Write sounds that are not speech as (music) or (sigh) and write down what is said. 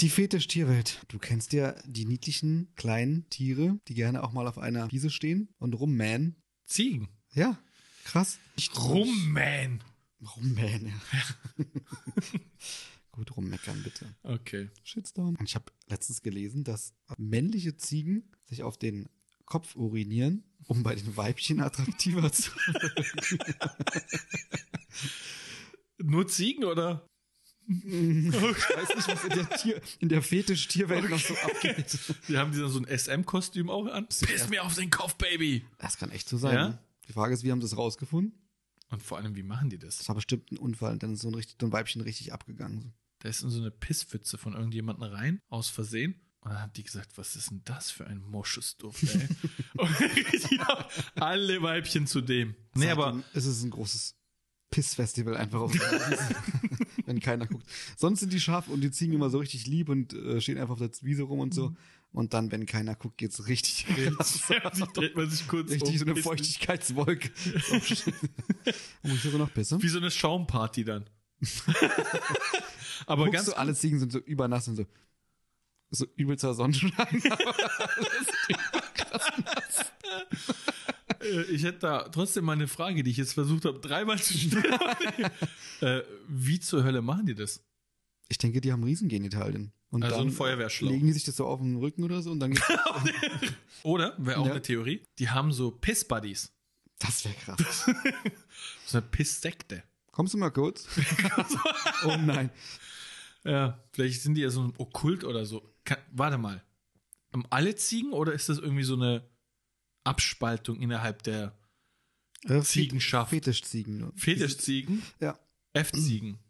Die Fetisch-Tierwelt. Du kennst ja die niedlichen kleinen Tiere, die gerne auch mal auf einer Wiese stehen und rummähen. Ziegen. Ja, krass. Rumman. Rummähen, ja. (laughs) Gut rummeckern, bitte. Okay. Shitstorm. Und ich habe letztens gelesen, dass männliche Ziegen sich auf den Kopf urinieren, um bei den Weibchen attraktiver zu Nur Ziegen oder? Ich weiß nicht, was in der, Tier, in der Fetisch-Tierwelt noch so abgeht. Die haben die dann so ein SM-Kostüm auch an. Piss mir auf den Kopf, Baby. Das kann echt so sein. Ja? ne? Die Frage ist, wie haben sie es rausgefunden? Und vor allem, wie machen die das? Das war bestimmt ein Unfall und dann ist so ein, richtig, so ein Weibchen richtig abgegangen. Da ist in so eine Pisspfütze von irgendjemandem rein, aus Versehen. Und dann hat die gesagt, was ist denn das für ein Moschusduft, (laughs) ey? Und die haben alle Weibchen zu dem. Nee, aber Seitdem ist es ein großes Pissfestival einfach auf der (laughs) Wiese, wenn keiner guckt. Sonst sind die Schafe und die Ziegen immer so richtig lieb und äh, stehen einfach auf der Wiese rum und so. Und dann, wenn keiner guckt, geht's richtig krass. Mhm. (laughs) ja, (laughs) die dreht man sich kurz um. Richtig so eine Piss- Feuchtigkeitswolke. (laughs) (laughs) Und ich so noch Pisse. Wie so eine Schaumparty (laughs) dann. aber Guckst ganz du, alle Ziegen sind so übernass und so, so übelster Sonnenschein. Äh, Ich hätte da trotzdem mal eine Frage, die ich jetzt versucht habe, dreimal zu stellen. (laughs) äh, wie zur Hölle machen die das? Ich denke, die haben Riesengenitalien. Und Also dann äh, ein Feuerwehrschlauch. Legen die sich das so auf den Rücken oder so und (laughs) dann. Oder, wäre auch Ja. eine Theorie, die haben so Piss-Buddies. Das wäre krass. So eine Piss-Sekte. Kommst du mal kurz? oh nein. Ja, vielleicht sind die ja so ein Okkult oder so. Ka- warte mal. Haben alle Ziegen oder ist das irgendwie so eine Abspaltung innerhalb der Äh, Ziegenschaft? Fetischziegen. nur. Fetischziegen? Ja. F-Ziegen.